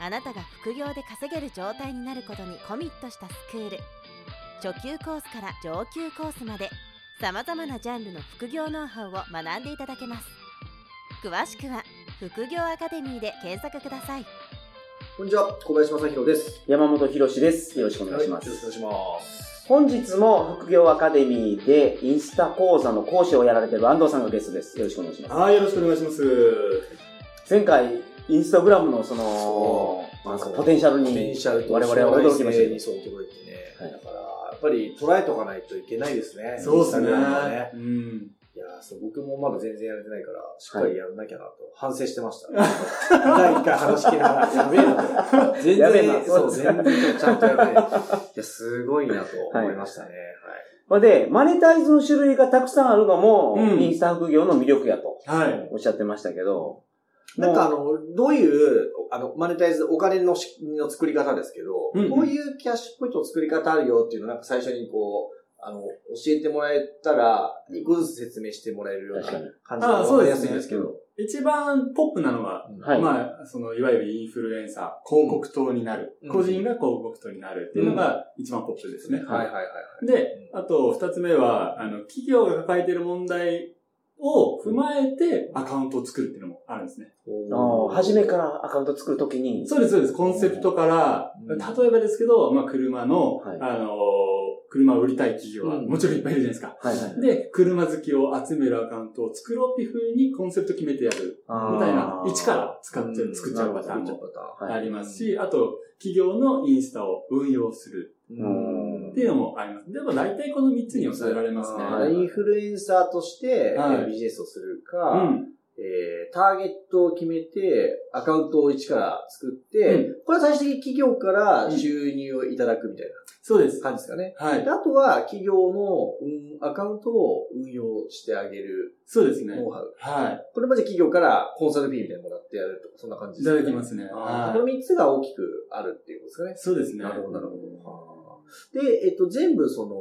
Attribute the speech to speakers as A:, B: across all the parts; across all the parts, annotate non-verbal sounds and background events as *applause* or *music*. A: あなたが副業で稼げる状態になることにコミットしたスクール初級コースから上級コースまでさまざまなジャンルの副業ノウハウを学んでいただけます詳しくは「副業アカデミー」で検索ください
B: こんにちは、小林正宏です。
C: 山本博史です。よろしくお願いしま
B: はいよ
C: す。
B: ろしくお願いします。
C: 本日も副業アカデミーでインスタ講座の講師をやられている安藤さんがゲストです。よろしくお願いしま
B: はい、よろしくお願いします。
C: す。前回、インスタグラムのそ
B: そ
C: の、
B: う
C: なんかポテンシャル
B: ポテン
C: に
B: シャルと
C: 我々は驚きました
B: 将来性
C: ね
B: に。そう驚いてね。
C: はい
B: だから、やっぱり捉えとかないといけないですね。
D: そうです
B: インスタ
D: ね
B: グラムはね。
D: うん。
B: いやーそう僕もまだ全然やれてないから、しっかりやらなきゃなと、反省してました。
D: は
B: 第一回話しきれながら、やべえなと。 *laughs* 全
C: やべえ
B: 然、
C: な
B: そう、全然ちゃんとやべえ。いや、すごいなと思いましたね。
C: まあで、マネタイズの種類がたくさんあるのも、
D: うん
C: インスタ副業の魅力やと
D: い。
C: おっしゃってましたけど、
B: なんかあ
C: もう
B: の、どういう、あの、マネタイズ、お金のしの作り方ですけど、
D: うんうん
B: こういうキャッシュポイントの作り方あるよっていうのをなんか最初にこう、あの、教えてもらえたら、一個ずつ説明してもらえるような
C: 確かに
B: 感じが
D: あ
B: わ
D: そ
B: か
D: う
B: り
D: で
B: や
D: す
B: す
D: ね
B: いんですけど。
D: 一番ポップなのは、
C: はい
D: まあ、その、いわゆるインフルエンサー、広告塔になる。
B: うん
D: 個人が広告塔になるっていうのが一番ポップですね。
B: はいはいはい。
D: で、あと、二つ目は、あの、企業が抱えている問題を踏まえて、アカウントを作るっていうのもあるんですね。
C: あの初めからアカウント作るときに、
D: そうです、そうです。コンセプトから、
B: うん
D: 例えばですけど、まあ、車の、
C: はい
D: あの、車を売りたい企業は、
B: うん
D: もちろんいっぱいいるじゃないですか。
C: はいはい。
D: で、車好きを集めるアカウントを作ろうっていう風にコンセプト決めてやる。みたいな
C: あ、ー
D: 一から使っちゃう、作っちゃうパター
B: 作っ
D: ン
B: ちゃう
D: も
B: パ
C: はい
D: ありますし、あと、企業のインスタを運用する
B: ターン。
C: うん
D: っていうのもあります。でも大体この3つに抑えられますね。
B: あーインフルエンサーとして、
D: はい
B: えービジネスをするか、
D: うん。
B: えーターゲットを決めて、アカウントを一から作って、
D: う
B: これは最終的に企業から収入をいただくみたい
D: そうです
B: な。感じですかね。
D: はい
B: で。あとは、企業の、うん、アカウントを運用してあげる
D: そうですね。
B: ノウハウ。
D: は
B: これまで企業からコンサルフィーみたいなのもらってやるとか、そんな感
D: い。
B: じ
D: い
B: で
D: た
B: す
D: だ
B: ね。
D: きますね。
B: あー
D: は
B: こ
D: い。
B: の3つが大きくあるっていうことですか
D: そうですね。
B: ね。なるほど、なるほど。で、えっと、全部その、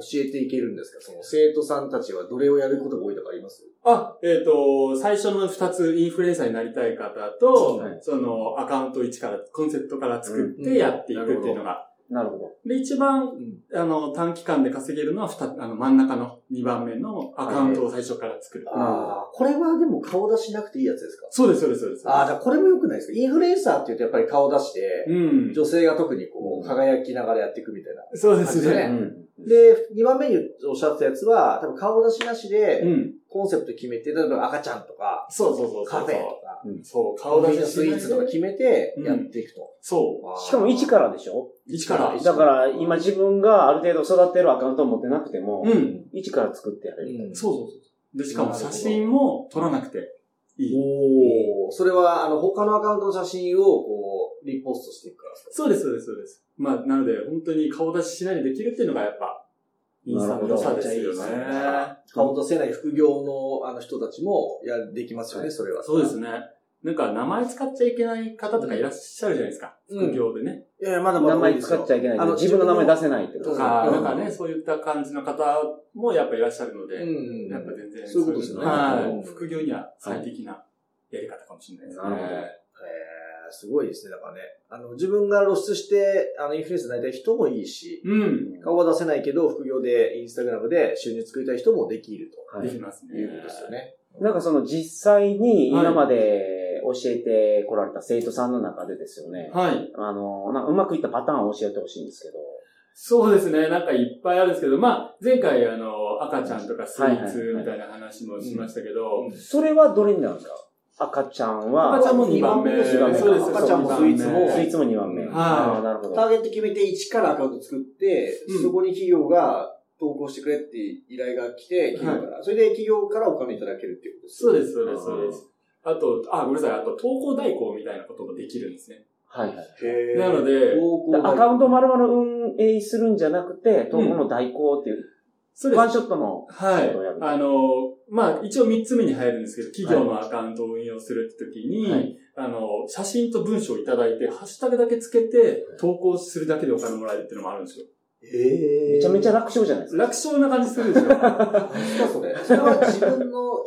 B: 教えていけるんですかその生徒さんたちはどれをやることが多いとかあります
D: あ、えっ、と、最初の2つ、インフルエンサーになりたい方と、
C: はい
D: その、アカウント1から、コンセプトから作っ
B: うん
D: てやっていくっていうのが。
C: なるほど。
D: で、一番、あの、短期間で稼げるのは、ふたあの、真ん中の2番目のアカウントを最初から作る。
B: ああ、これはでも顔出しなくていいやつですか
D: そうです、そうです、そうです。
B: ああ、じゃあこれも良くないですかインフルエンサーって言うとやっぱり顔出して、
D: うん。
B: 女性が特に
C: う
B: こう、
C: ん
B: 輝きながらやっていくみたいな。
D: そうです
B: う
C: う
D: ね。
C: ん。
B: で、2番目におっしゃってたやつは、多分顔出しなし
D: う
B: で、
D: ん。
B: コンセプト決めて、例えば赤ちゃんとか、
D: そうそうそうそう。
B: カフェとか、
D: そう、
B: 顔
D: 顔
B: 出
D: 出
B: し
D: し
B: のス
D: し
B: イーツとか決めてやっていくと。
D: そう。
C: しかも一からでしょ
D: 一から。
C: だから、今自分がある程度育てるアカウントを持ってなくても、
D: うん。
C: 一から作ってやれる。
B: うん
D: そうそうそう。で、しかも写真も撮らなくていい。
B: おーそれは、あの、他のアカウントの写真を、こう、リポストしていくからですか
D: そうです、そうです、そうです。まあ、なので、本当に顔出ししないでできるっていうのがやっぱ、インスタの良さですよね
B: なるほどめっちゃいいです。顔出せない副業の、あの人たちも、や、できますよね、それは。
D: そうですね。なんか、名前使っちゃいけない方とかいらっしゃるじゃないですか。
B: うん
D: 副業でね。
B: いやいや、まだまだ
C: 名
B: 多い
C: 前
B: ですよ
C: 使っちゃいけないけ
B: あ
C: ど。
B: の
C: 自分の名前出せないってこと
D: と
C: です
D: か、
B: うん
D: なんかね、そういった感じの方もやっぱいらっしゃるので、
B: うん。
D: やっぱ全然
B: そういうことですよね。
D: は
B: うん
D: い。副業には最適なやり方かもしれないですね。
C: なるほど
B: えーすごいですね、だからね。あの、自分が露出して、あの、インフルエンスになりたい人もいいし、
D: うん。
B: 顔は出せないけど、副業で、インスタグラムで収入作りたい人もできると
C: はい
D: できますね。
B: いうことですよね。
C: なんかその実際に今まで教えてこられた生徒さんの中でですよね。
D: はい。
C: あの、なんかうまくいったパターンを教えてほしいんですけど。
D: そうですね。なんかいっぱいあるんですけど、まあ、前回、あの、赤ちゃんとかスイーツみたいな話もしましたけど、
C: それはどれになるんですか赤ちゃんは、
D: 赤ちゃんも2番目。
C: 二番目
D: そうです。
C: 赤ちゃんも
D: そう
B: スイーツも
D: 二番目
C: スイーツも2番目。
B: はい
C: ああ、なるほ
B: タ
C: ど。
B: ーゲット決めて、一からアカウント作って、
D: うん
B: そこに企業が投稿してくれって依頼が来て、企業から。それで企業からお金いただけるっていうことです
D: そう
B: よね。
D: です、そうです、そうです。あと、あ、ごめんなさい。あと、投稿代行みたいなこともできるんですね。
C: はいはい。
B: へ
D: なので
C: でアカウント
B: も。
C: 丸々運営するんじゃなくて、投稿の代行っていう、
D: そうで
C: ワン
D: す。
C: ショットの、
D: はい
C: そうやる。
D: あの、まあ、一応3つ目に入るんですけど、企業のアカウントを運用するときに、
C: はい
D: あの、写真と文章をいただいて、ハッシュタグだけつけて、投稿するだけでお金もらえるっていうのもあるんですよ。
B: へ
C: めちゃめちゃ
B: な。
C: 楽勝じゃないですか。
D: 楽勝な感じするんですよ。
B: *laughs* 何だそれ。それは自分の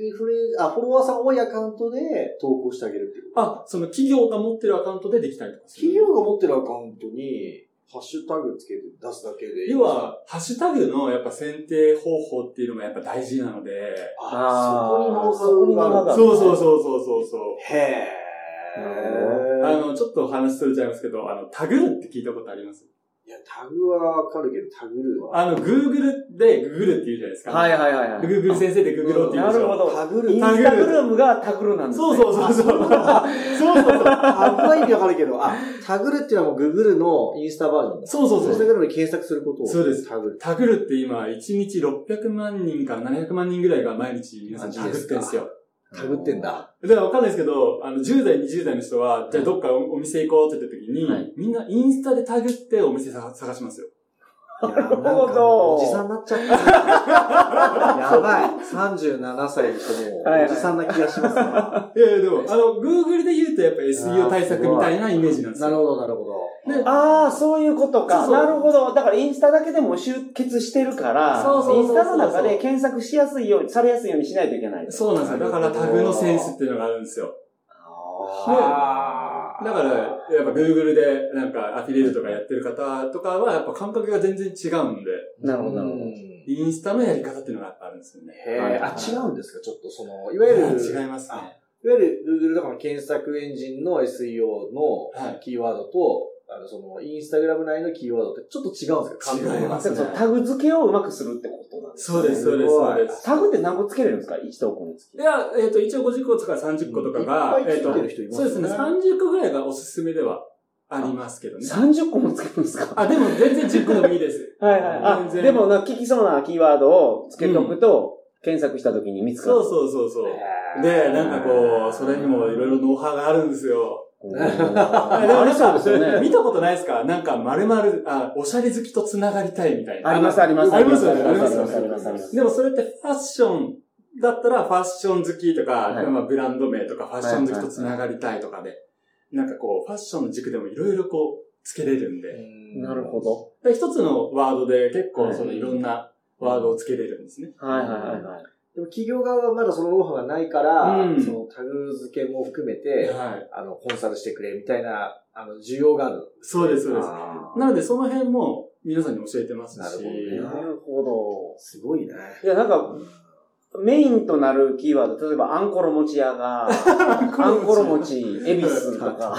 B: インフルエンあ、フォロワーさん多いアカウントで投稿してあげるっていう。
D: あ、その企業が持ってるアカウントでできたりとかする。
B: 企業が持ってるアカウントに、ハッシュタグつけて出すだけで。
D: 要、は、ハッシュタグのやっぱ選定方法っていうのがやっぱ大事なので、
B: あ、そこにノウハウが
C: あー
B: ある
C: そこにノウハウがある
D: そうそうそうそうそうそう。
B: へ
C: な
B: ー。
D: あの、ちょっとお話しれちゃいますけど、あの、タグるって聞いたことあります
B: いや、タグはわかるけど、タグるは。
D: あの、Google で Google って言うじゃないですか。
C: はいはいはいはい。
D: Google 先生で Google って言うんですよ。
C: なるほど。
B: タグる。
C: インスタグラムがタグルなんですね。
D: そうそうそうそう。そうそうそう。
B: あ、僕は意味わかるけど、あ、タグるっていうのはもうググルのインスタバージョンだ。
D: そうそう
B: インス
D: そ
B: タ
D: う。
B: グラムで検索することを。
D: そうです
B: タグる。
D: タグルって今、1日600万人から700万人ぐらいが毎日皆さんタグってんですよ。
B: タグってんだ。
D: だからわかんないですけど、あの、10代、20代の人は、じゃあどっかおお店行こうって言った時に、
C: はい
D: みんなインスタでタグってお店さ探しますよ。
B: なる
C: ほど
B: おじさんになっちゃった。やばい。37歳にしても
C: はいは
B: う、
C: い
B: おじさんな気がしますね。
D: いやいや、でも、あの、Google で言うとやっぱ SEO 対策みたいなイメージなんですよ。
B: なるほど、なるほど。
D: で
C: ああ、そういうことか。
D: そうそう
C: なるほど。だからインスタだけでも集結してるから、
D: そうそうそうそう
C: インスタの中で検索しやすいように、されやすいようにしないといけない。
D: そうなんですよ。だからタグのセンスっていうのがあるんですよ。
B: はあ
D: だから、やっぱ Google でなんかアフィリエイトとかやってる方とかは、やっぱ感覚が全然違うんで、
C: なるほどなるほど
B: うん
D: インスタのやり方っていうのがやっぱあるんですよね。
B: へ
C: はい
B: え、あ、違うんですかちょっとその、いわゆる、い
D: 違いますね。
B: わゆる Google とかの検索エンジンの SEO の
D: はい。
B: キーワードと、あの、その、インスタグラム内のキーワードってちょっと違うんですか
D: 違いま
C: だ
D: す
C: からそのタグ付けをうまくするってことなんですね。
D: そうです、そうです、そうです。
C: タグって何個付けれるんですか ?1 投稿につき
D: い。や、えっ、と、一応50個とか30個とかが、
B: いっぱい
D: えっ
B: つい
D: と
B: てる人います
D: そう
B: よ
D: で
B: ね
D: すね、30個ぐらいがおすすめではありますけどね。
C: 30個も付けるんですか
D: あ、でも全然10個でもいいで
C: *laughs*
D: す。
C: はいはい。あ、
D: 全
C: で
D: 然
C: もな、聞きそうなキーワードを付けとくと、検索した時に見つかる。
D: そうそうそうそう。で、なんかこう、それにもいろいろノウハウがあるんですよ。
C: う
D: *laughs*
C: ーん。ありそうですよね。
D: 見たことないですかなんか、まるまる、あ、おしゃれ好きと繋がりたいみたいな。
C: ありますあります
D: あります
C: あ
D: よ
C: り
D: ね。
C: ま
D: ありますす
C: あり
D: よ
C: ますあり
D: ね。
C: ますあります。
D: でもそれってファッションだったら、ファッション好きとか、
C: はい
D: まあブランド名とか、ファッション好きと繋がりたいとかで、なんかこう、ファッションの軸でもいろいろこう、つけれるんで。
C: なるほど。
D: で一つのワードで結構
C: はい
D: そのいろんなワードをつけれるんですね。
C: はいはいはいはい。
B: でも企業側はまだそのノウハウがないから、
D: うん
B: そのタグ付けも含めて、
D: はい。
B: あの、コンサルしてくれみたいな、あの、需要がある。
D: そうです、そうです。
B: あー
D: なのでその辺も皆さんに教えてますし。
B: なるほどね
C: なるほど。
B: すごい
D: *laughs*
B: ね。
C: いや、なんか、メインとなるキーワード、例えば、アンコロ餅屋
D: *laughs*
C: が、アンコロ餅、恵比寿とか、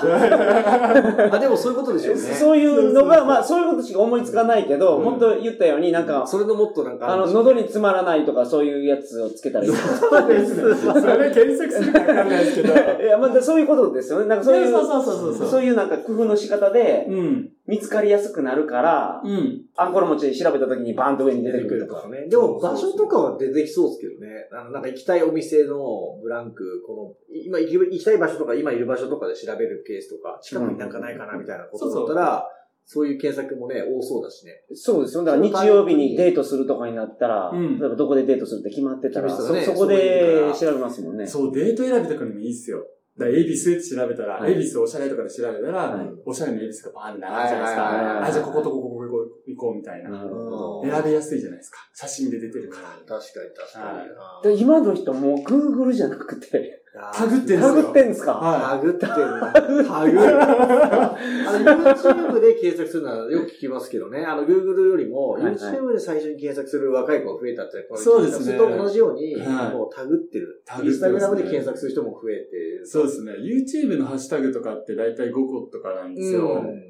B: あ、でもそういうことでしょうね。
C: そういうの
D: そうそうそ
C: が、
D: う
C: まあ、そういうことしか思いつかないけど、
D: うん
C: もっと言ったように、なんか、
B: それのもっとなんか
C: あの、
B: るんでしょう
C: 喉につまらないとか、そういうやつをつ
B: *laughs*
C: けたらいい。
D: そうですね。それ検索するかわかんないですけど。
C: いや、まあ、そういうことですよね。なんか、
D: そ
C: そうういう、
D: そうそうそう
C: そういうなんか工夫の仕方で、
D: うん。
C: 見つかりやすくなるから、
D: うん。
C: アンコロ餅で調べた時にバーンと上に出
B: 出
C: てく
B: てく
C: る
B: る
C: と
B: と
C: か
B: か。ね。でも場所とかは出てきそうですけどね。あの、なんか行きたいお店のブランク、この、今行き行きたい場所とか、今いる場所とかで調べるケースとか、近くになんかないかなみたいなことだったら、そういう検索もね、多そうだしね。
C: そうですよ。だから日曜日にデートするとかになったら、
D: うん
C: 例えばどこでデートするって決まってたら、
B: 決
C: そ
B: めてたらね
C: そこ
B: そういう
C: で
B: のから
C: 調べますもんね。
D: そう、デート選びとかにもいいっすよ。だから、エビスって調べたら、
C: はい
D: エビスおしゃれとかで調べたら、
C: はい
D: おしゃれのエビスがバーンって並ぶじゃないです
B: はいはいはい
C: は
D: か。
C: い
D: あ、じゃあこことこここここ行こうみたいな。
C: なるほど
B: うん。
D: 選びやすいじゃないですか。写真で出てるから。
B: 確かに確
D: かに
B: に。
C: で今の人もう Google じゃなくて、
D: タグってんす
C: タ
D: よ
C: グってんですか
B: タ
D: は
B: グってんだ。タグ。あの、YouTube で検索するのはよく聞きますけどね。あの、Google よりも、
C: はいはい
B: YouTube で最初に検索する若い子が増えたってやっぱり
D: そうですね
B: れと同じように、
D: はい
B: もうタグってる。
D: タグっ
B: イン
D: てますね
B: スタグラムで検索する人も増えて
D: い。そうですね。YouTube のハッシュタグとかって大体5個とかなんですよ。
B: うん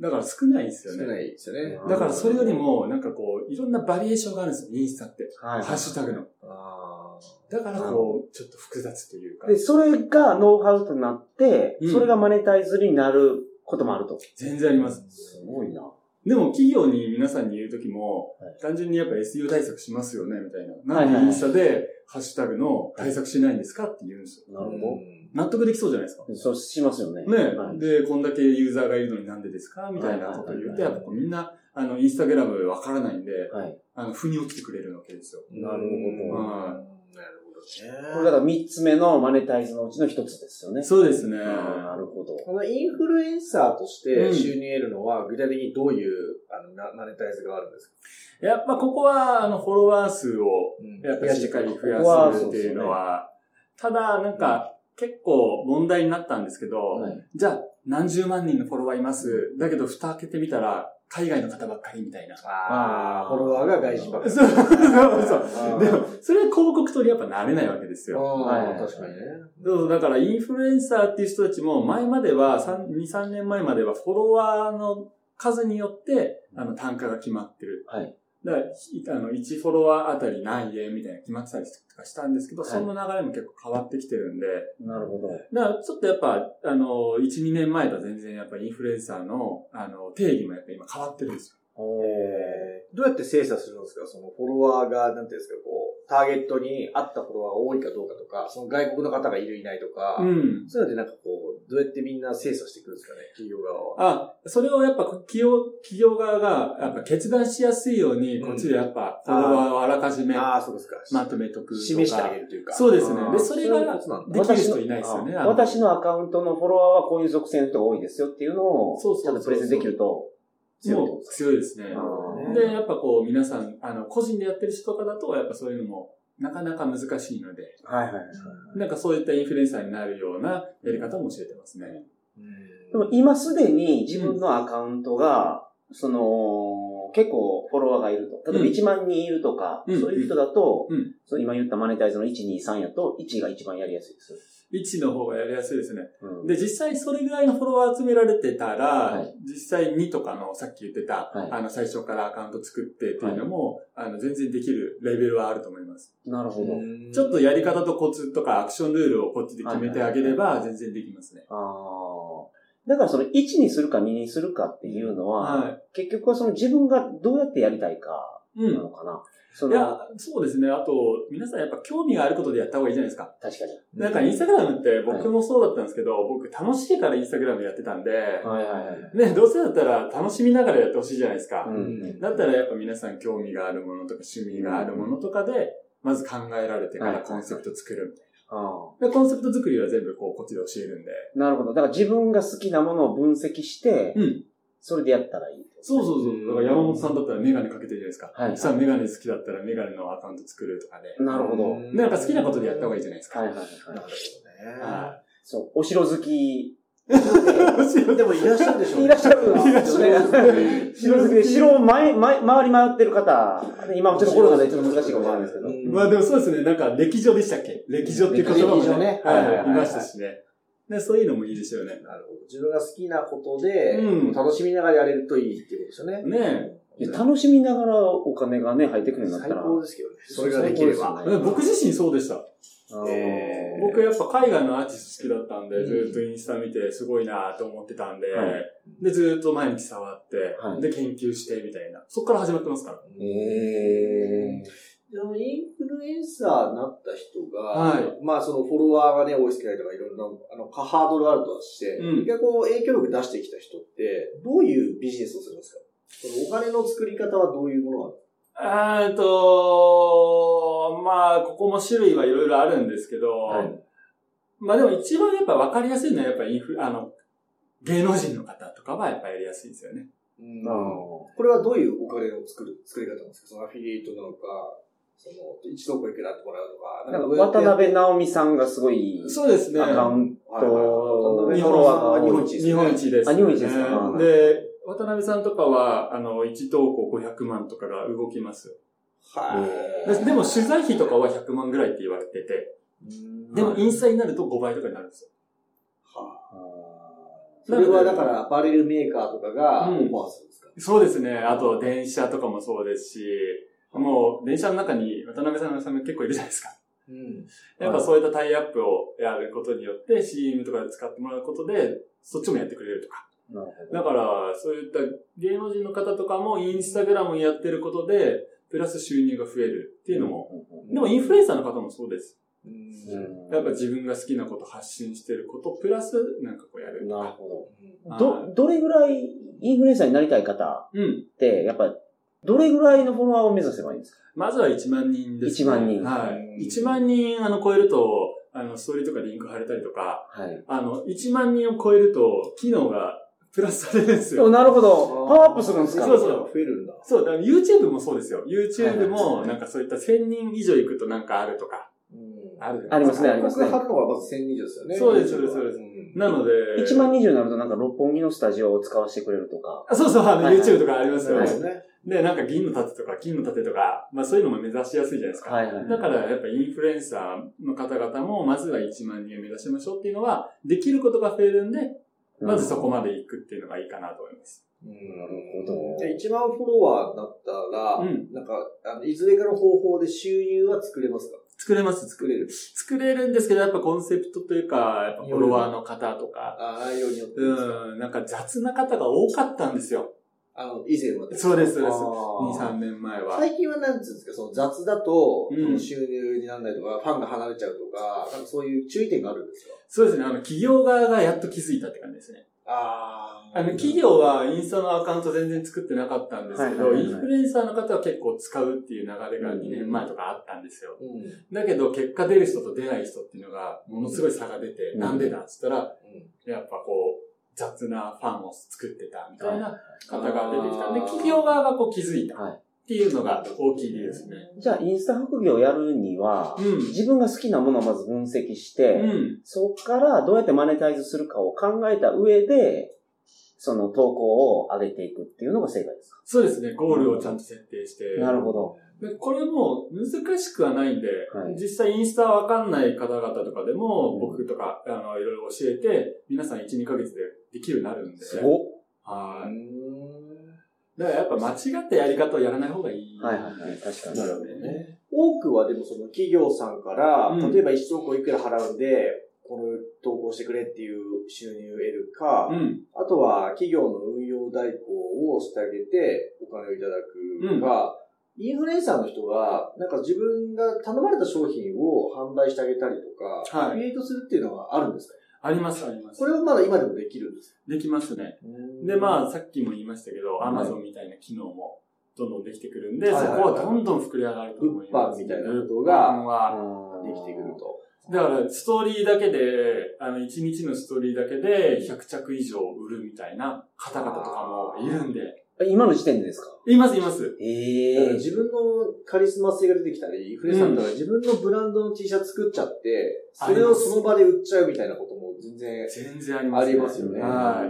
D: だから少ないんですよ
B: 少
D: ね。
B: ないですよね。
D: だからそれよりも、なんかこう、いろんなバリエーションがあるんですよ、インスタって。
C: は
D: ハッシュタグの。
B: あ
D: だからこう、ちょっと複雑というか
C: で、、それがノウハウとなって、
D: うん
C: それがマネタイズになることもあると。
D: 全然あります。
C: すごいな。
D: でも企業に皆さんに言うときも
C: は、
D: 単純にやっぱ SEO 対策しますよね、みたい
C: はい
D: な。
C: はい
D: な
C: は
D: ん
C: い
D: でインスタでハッシュタグの対策しないんですかって言うんですよ。
C: な
B: ー
C: る
B: うん
C: ほ
D: 納得できそうじゃないですか。
C: そうしますよね。
D: ね、
C: はい
D: で、こんだけユーザーがいるのになんでですかみたいなことを言う
C: はい
D: と、
C: はいはいはい
D: やっぱこうみんな、あの、インスタグラムわからないんで、
C: はい。
D: あの、腑に落ちてくれるわけですよ。
C: なるほ
D: ど
B: うんなるほどね。
C: これだから3つ目のマネタイズのうちの1つですよね。
D: そうですね。
C: あーなるほど。
B: このインフルエンサーとして
D: うん
B: 収入を得るのは、具体的にどういう、あの、なマネタイズがあるんですか
D: やっぱここは、あの、フォロワー数を、やっぱしっかり増やすっていうのは、ただ、なんか、結構問題になったんですけど、
C: はい
D: じゃあ、何十万人のフォロワーいます。だけど、蓋開けてみたら、海外の方ばっかりみたい
B: *laughs*
D: な。そ
B: あ
C: あ
B: あ、
C: ー
B: フォロワーが外人ばっか
D: う
B: り。
D: そうそう。
B: あー
D: でも、それは広告とやっぱなれないわけですよ。
B: あ
C: はい
B: ー確かにね。
D: そうそうだから、インフルエンサーっていう人たちも、前までは、3 2、3年前までは、フォロワーの数によって、あの、単価が決まってる。
C: はい。
D: だから、ひあの、1フォロワーあたり何円みたいな決まってたりとかしたんですけど、
C: はい
D: その流れも結構変わってきてるんで、
C: なるほど。
D: だからちょっとやっぱ、あの、1、2年前とは全然やっぱインフルエンサーの、あの、定義もやっぱ今変わってるんですよ。
B: えーどうやって精査するんですかそのフォロワーが、なんていうんですか、こう、ターゲットに合ったフォロワーが多いかどうかとか、その外国の方がいるいないとか、
D: うん。
B: そういうのでなんかこう、どうやってみんな精査していくんですかね企業側は。
D: あ、それをやっぱ企業、企業側が、やっぱ決断しやすいように、
B: うん
D: こっちでやっぱ、フォロワーをあらかじめ、
B: ああ、そうですか。
D: まとめとくとか。
B: 示してあげるというか。
D: そうですね
B: あー
D: でそれが
B: ういうことなんだ
D: できる人いないですよね
C: あ
D: あ
C: ー
D: の
C: 私のアカウントのフォロワーはこういう属性の人が多いですよっていうのを、
D: そうそう
C: ちゃんとプレゼンできると強いって
D: も
C: こ
D: う強いですね。
C: とです
B: う
C: ね。
D: で、やっぱこう、皆さん、あの、個人でやってる人とかだと、やっぱそういうのも、なかなか難しいので、
C: はいはいはい。
D: なんかそういったインフルエンサーになるようなやり方も教えてますね。
B: うん
C: でも今すでに自分のアカウントが、その、結構フォロワーがいると。例えば
D: うん
C: 1万人いるとか、
D: うん
C: そういう人だと、
D: うん
C: その今言ったマネタイズの1、2、3やと、1が一番やりやすいです。
D: 1の方がやりやすいですね。
C: うん
D: で、実際それぐらいのフォロワー集められてたら、
C: はい
D: 実際2とかのさっき言ってた、
C: はい
D: あの、最初からアカウント作ってっていうのも、あの、全然できるレベルはあると思います。
C: なるほど。
B: うん
D: ちょっとやり方とコツとかアクションルールをこっちで決めてあげれば、全然できますね。
C: ああ。だからその1にするか2にするかっていうのは、
D: は
C: 結局はその自分がどうやってやりたいか
D: い。う。
C: なんのかな。そ
D: いや
C: の、、
D: そうですね。あと、皆さんやっぱ興味があることでやった方がいいじゃないですか。
C: 確かに。
D: なんかインスタグラムって僕もそうだったんですけど、僕楽しいからインスタグラムやってたんで、
C: はいはいはい。
D: ね、どうせだったら楽しみながらやってほしいじゃないですか。
C: うん。
D: だったらやっぱ皆さん興味があるものとか趣味があるものとかで、まず考えられてか
C: は
D: ら
C: い
D: コンセプト作るみたい
C: ああ
D: な。で、コンセプト作りは全部こう、こっちで教えるんで。
C: なるほど。だから自分が好きなものを分析して、
D: うん。
C: それでやったらいい。
D: そうそうそう。だから山本さんだったらメガネかけてるじゃないですか。
C: はい
D: さあメガネ好きだったらメガネのアカウント作るとかで。
C: なるほど。
D: で、やっぱ好きなことでやった方がいい
B: じ
D: じゃないですか。
C: はいはいは
B: ゃ
C: い
B: な
C: はい。
B: るほどね。
D: はい
C: そう、お城好き。
B: でもいらっしゃるで
D: *laughs*
B: しょうね。
C: いらっしゃる
B: いらっしゃる。
C: 城好きで、城を前、前、回り回ってる方、今ちょっとコロナでちょっと難しいかもしれないですけど。
D: *laughs* まあでもそうですね。なんか、歴女でしたっけ歴女っていう言葉も
B: 歴女ね
D: は
B: はいはいはい
D: い、いましたしね。で、そういうのもいいですよね。
B: なるほど。自分が好きなことで
D: うん、
B: 楽しみながらやれるといいっていうことですよね。
D: ね
C: いや楽しみながらお金がね、入ってくるようになった
B: 最
C: ら。
B: 高ですけどね。それができれば。
D: え僕自身そうでした。
C: 身
B: えー
D: 僕やっぱ海外のアーティスト好きだったんで、
B: うん
D: ずーっとインスタ見てすごいなと思ってたんで、
C: はい
D: で、ずーっと毎日触って、
C: はい
D: で、研究してみたいな。そっから始まってますから。
C: え
B: でもインフルエンサーになった人が、
D: はい
B: まあそのフォロワーがね、多い少ないとかいろんな、あの、過ハードルあるとはして、
D: うん
B: 一回こう影響力出してきた人って、どういうビジネスをするんですかそのお金の作り方はどういうものなの
D: えっと、まあ、ここも種類はいろいろあるんですけど、
C: はい
D: まあでも一番やっぱ分かりやすいのはやっぱインフあの、芸能人の方とかはやっぱやりやすいですよね。
C: ー。な
B: これはどういうお金の作る、作り方なんですかそのアフィリエイトなのか、その、一度こいくらってもらうとか、
C: んか
B: どうやって
C: 渡辺直美さんがすごい、
D: そうですね。
C: アカウン
B: はいはい
C: ト、
B: 渡辺
C: フォ
D: 直美
C: ロワーが
B: 日
C: 多
B: 本
C: い
B: 一。
D: 日本一です、
C: あ日本一ですか
D: ねで、渡辺さんとかは、あの、1投稿500万とかが動きますよ。
B: はい。
D: ででも取材費とかは100万ぐらいって言われてて、
B: うん
D: でもインスタになると5倍とかになるんですよ。
B: はあ
C: あ
B: それはだからアパレルメーカーとかがオ
D: う
B: ファ
D: ん
B: ーするんですか、
D: そうですね。あと、電車とかもそうですし、もう、電車の中に渡辺さんのサム結構いるじゃないですか。
B: うん
D: やっぱそういったタイアップをやることによって、CM とかで使ってもらうことで、そっちもやってくれるとか。
C: ーなるほど
D: だから、そういった芸能人の方とかも、インスタグラムやってることで、プラス収入が増えるっていうのも。でも、インフルエンサーの方もそうです。
C: うん
D: やっぱ自分が好きなこと発信してること、プラスなんかこうやる。
C: なるほ
D: あー
C: ど。ど、どれぐらいインフルエンサーになりたい方
D: うん。
C: って、やっぱ、どれぐらいのフォロワーを目指せばいいんですか
D: まずは1万人です、
C: 1万人
D: はい。1万人、あの、超えると、あの、ストーリーとかリンク貼れたりとか、
C: はい。
D: あの、1万人を超えると、機能がプラスされるんですよ。
C: なるほど。パワーアップするんですか
D: そうそう
B: 増えるんだ。
D: そう、だから YouTube もそうですよ。
C: はいは
D: YouTube
C: い
D: も、なんかそういった1000人以上行くとなんかあるとか、あるじゃな
C: あ
D: い
C: りますね、あり
B: 広
C: ます
B: 告
C: ね
B: で。貼るのがまず1020ですよね。
D: そうですそうですそうです
B: ん
D: なので、
C: 1万20になるとなんか六本木のスタジオを使わせてくれるとか。
D: あそうそう、あの
C: はいはい
D: YouTube とかあります
B: そ
D: よ
B: うで
D: ね。
B: すね。
D: で、なんか銀の盾とか金の盾とか、まあそういうのも目指しやすいじゃないですか。
C: はいはい。
D: だからやっぱインフルエンサーの方々も、まずは1万人を目指しましょうっていうのは、できることが増えるんで、まずそこまで行くっていうのがいいかなと思います。
B: な
C: るほど
B: で、1万フォロワーになったら、
D: うん
B: なんか、あの、いずれかの方法で収入は作れますか
D: 作れます、作
B: 作れる。
D: 作れるんですけど、やっぱコンセプトというか、やっぱフォロワーの方とか、
B: ああ、内容によって。
D: うん、なんか雑な方が多かったんですよ。
B: あの、以前は
D: そうですそうです
B: 2
D: 2、3年前は。
B: 最近はなんつうんですか、その雑だと、
D: うん
B: その収入にならないとか、ファンが離れちゃうとか、なんかそういう注意点があるんですよ。
D: そうですね、あの、企業側がやっと気づいたって感じですね。
B: あ
D: あの、企業はインスタのアカウント全然作ってなかったんですけ
C: はい
D: ど、
C: はいはい
D: インフルエンサーの方は結構使うっていう流れが2年前とかあったんですよ。
B: うん。うん。
D: だけど、結果出る人と出ない人っていうのが、ものすごい差が出て、
C: うん
D: なんでだっつったら、やっぱこう、雑なファンを作ってたみたいな方が出てきたんで、
B: あー
D: 企業側がこう気づいた
C: はい
D: っていうのが大きい理由ですね。
C: じゃあ、インスタ副業をやるには、
D: うん
C: 自分が好きなものをまず分析して、
D: うん。
C: そこからどうやってマネタイズするかを考えた上で、その投稿を上げていくっていうのが正解ですか、
D: そうですね、ゴールをちゃんと設定して。
C: なるほど。
D: でこれも難しくはないんで、
C: はい
D: 実際インスタわかんない方々とかでも、
C: うん
D: 僕とか、あの、いろいろ教えて、皆さん1、2ヶ月でできるようになるんで。
C: すごっ
D: は
B: うん
D: い。だからやっぱ間違ったやり方をやらない方がいい。
C: はいはいはい。確かに。
D: なるほどね。
B: 多くはでもその企業さんから、
D: うん
B: 例えば一投稿いくら払うんで、この投稿してくれっていう収入を得るか、
D: うん。
B: あとは企業の運用代行をしてあげてお金をいただくか、インフルエンサーの人が、なんか自分が頼まれた商品を販売してあげたりとか、
D: はい
B: クリエイトするっていうのがあるんですか
D: あります、あります
B: こ。れはまだ今でもできるんですか
D: できますね。で、まあ、さっきも言いましたけど、Amazon みたいな機能もどんどんできてくるんで、
B: はいはいはい
D: そこはどんどん膨れ上がると思います。
B: 物販みたいなことが
D: 物販は
C: あー
B: できてくると。
D: だから、ストーリーだけで、あの、1日のストーリーだけで100着以上売るみたいな方々とかもいるんで。
C: 今の時点でですか
D: います、います。
C: え
B: だから
C: え
B: 自分のカリスマ性が出てきたり、インフルエンサーだったら自分のブランドの T シャツ作っちゃって、それをその場で売っちゃうみたいなことも全然。
D: 全然あります、
B: ありますよね
D: は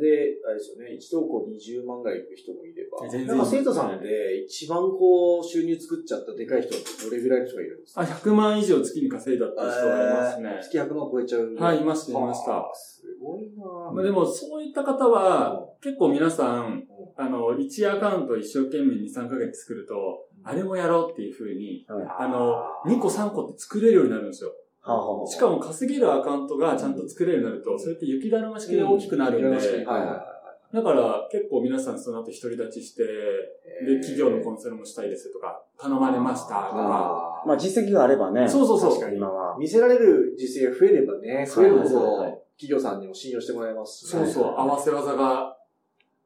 B: で、あれですよね、1投稿20万ぐらい行く人もいれば、
D: 全然います
B: なんか生徒さんで一番こう収入作っちゃったでかい人ってどれぐらいの人がいるんです
D: い。あ、
B: か
D: 100万以上月に稼いだっていう人がいますね。
B: 月100万超えちゃう。
D: はいいましたいました
B: はあすごいなぁ
D: まあ、でも、そういった方は、結構皆さん、あの、1アカウント一生懸命2、3ヶ月作ると、あれもやろうっていう風に、あの、2個3個って作れるようになるんですよ。
C: はあはあ
D: しかも稼げるアカウントがちゃんと作れるようになると、それって雪だるま式で大きくなるんで、
B: うんはいはい
D: だ
B: は
D: から結構皆さんその後独り立ちして、
B: い。
D: で、企業のコ
B: ン
D: ンサルもしたいですとか、頼まれましたとか、
B: あー
C: まあ実績があればね。
D: そうそうそう
C: 確かに今は。
B: 見せられる実績が増えればね、増えるほ
C: はいはいはい
B: ど企業さんにも信用してもらえますしね
D: そうそう、合わせ技が、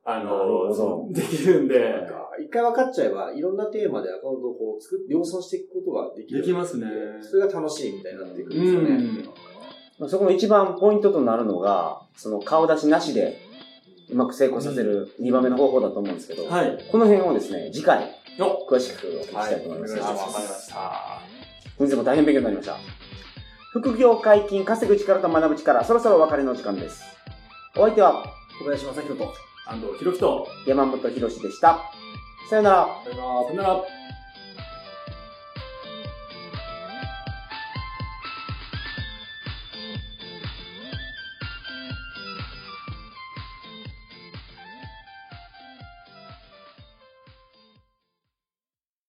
D: あ
C: なるほ
D: の、
C: ど
D: そうできるんで、
B: なんか一回分かっちゃえば、いろんなテーマでアカウントをこう作って、量産していくことができる。
D: できますね
B: それが楽しいみたいになってくるんですよね。
D: うん
C: まあそこの一番ポイントとなるのが、その顔出しなしでうまく成功させる2番目の方法だと思うんですけど、
D: はい。
C: この辺をですね、次回
D: よ
C: 詳しくお聞きしたいと思います。
B: はいお願いします
D: わかりました。
C: 本日も大変勉強になりました。副業解禁、稼ぐ力と学ぶ力、そろそろお別れの時間です。お相手は
B: 小林正宏と。
D: 安藤博樹と、
C: 山本博史でした。さよなら。
D: さよなら。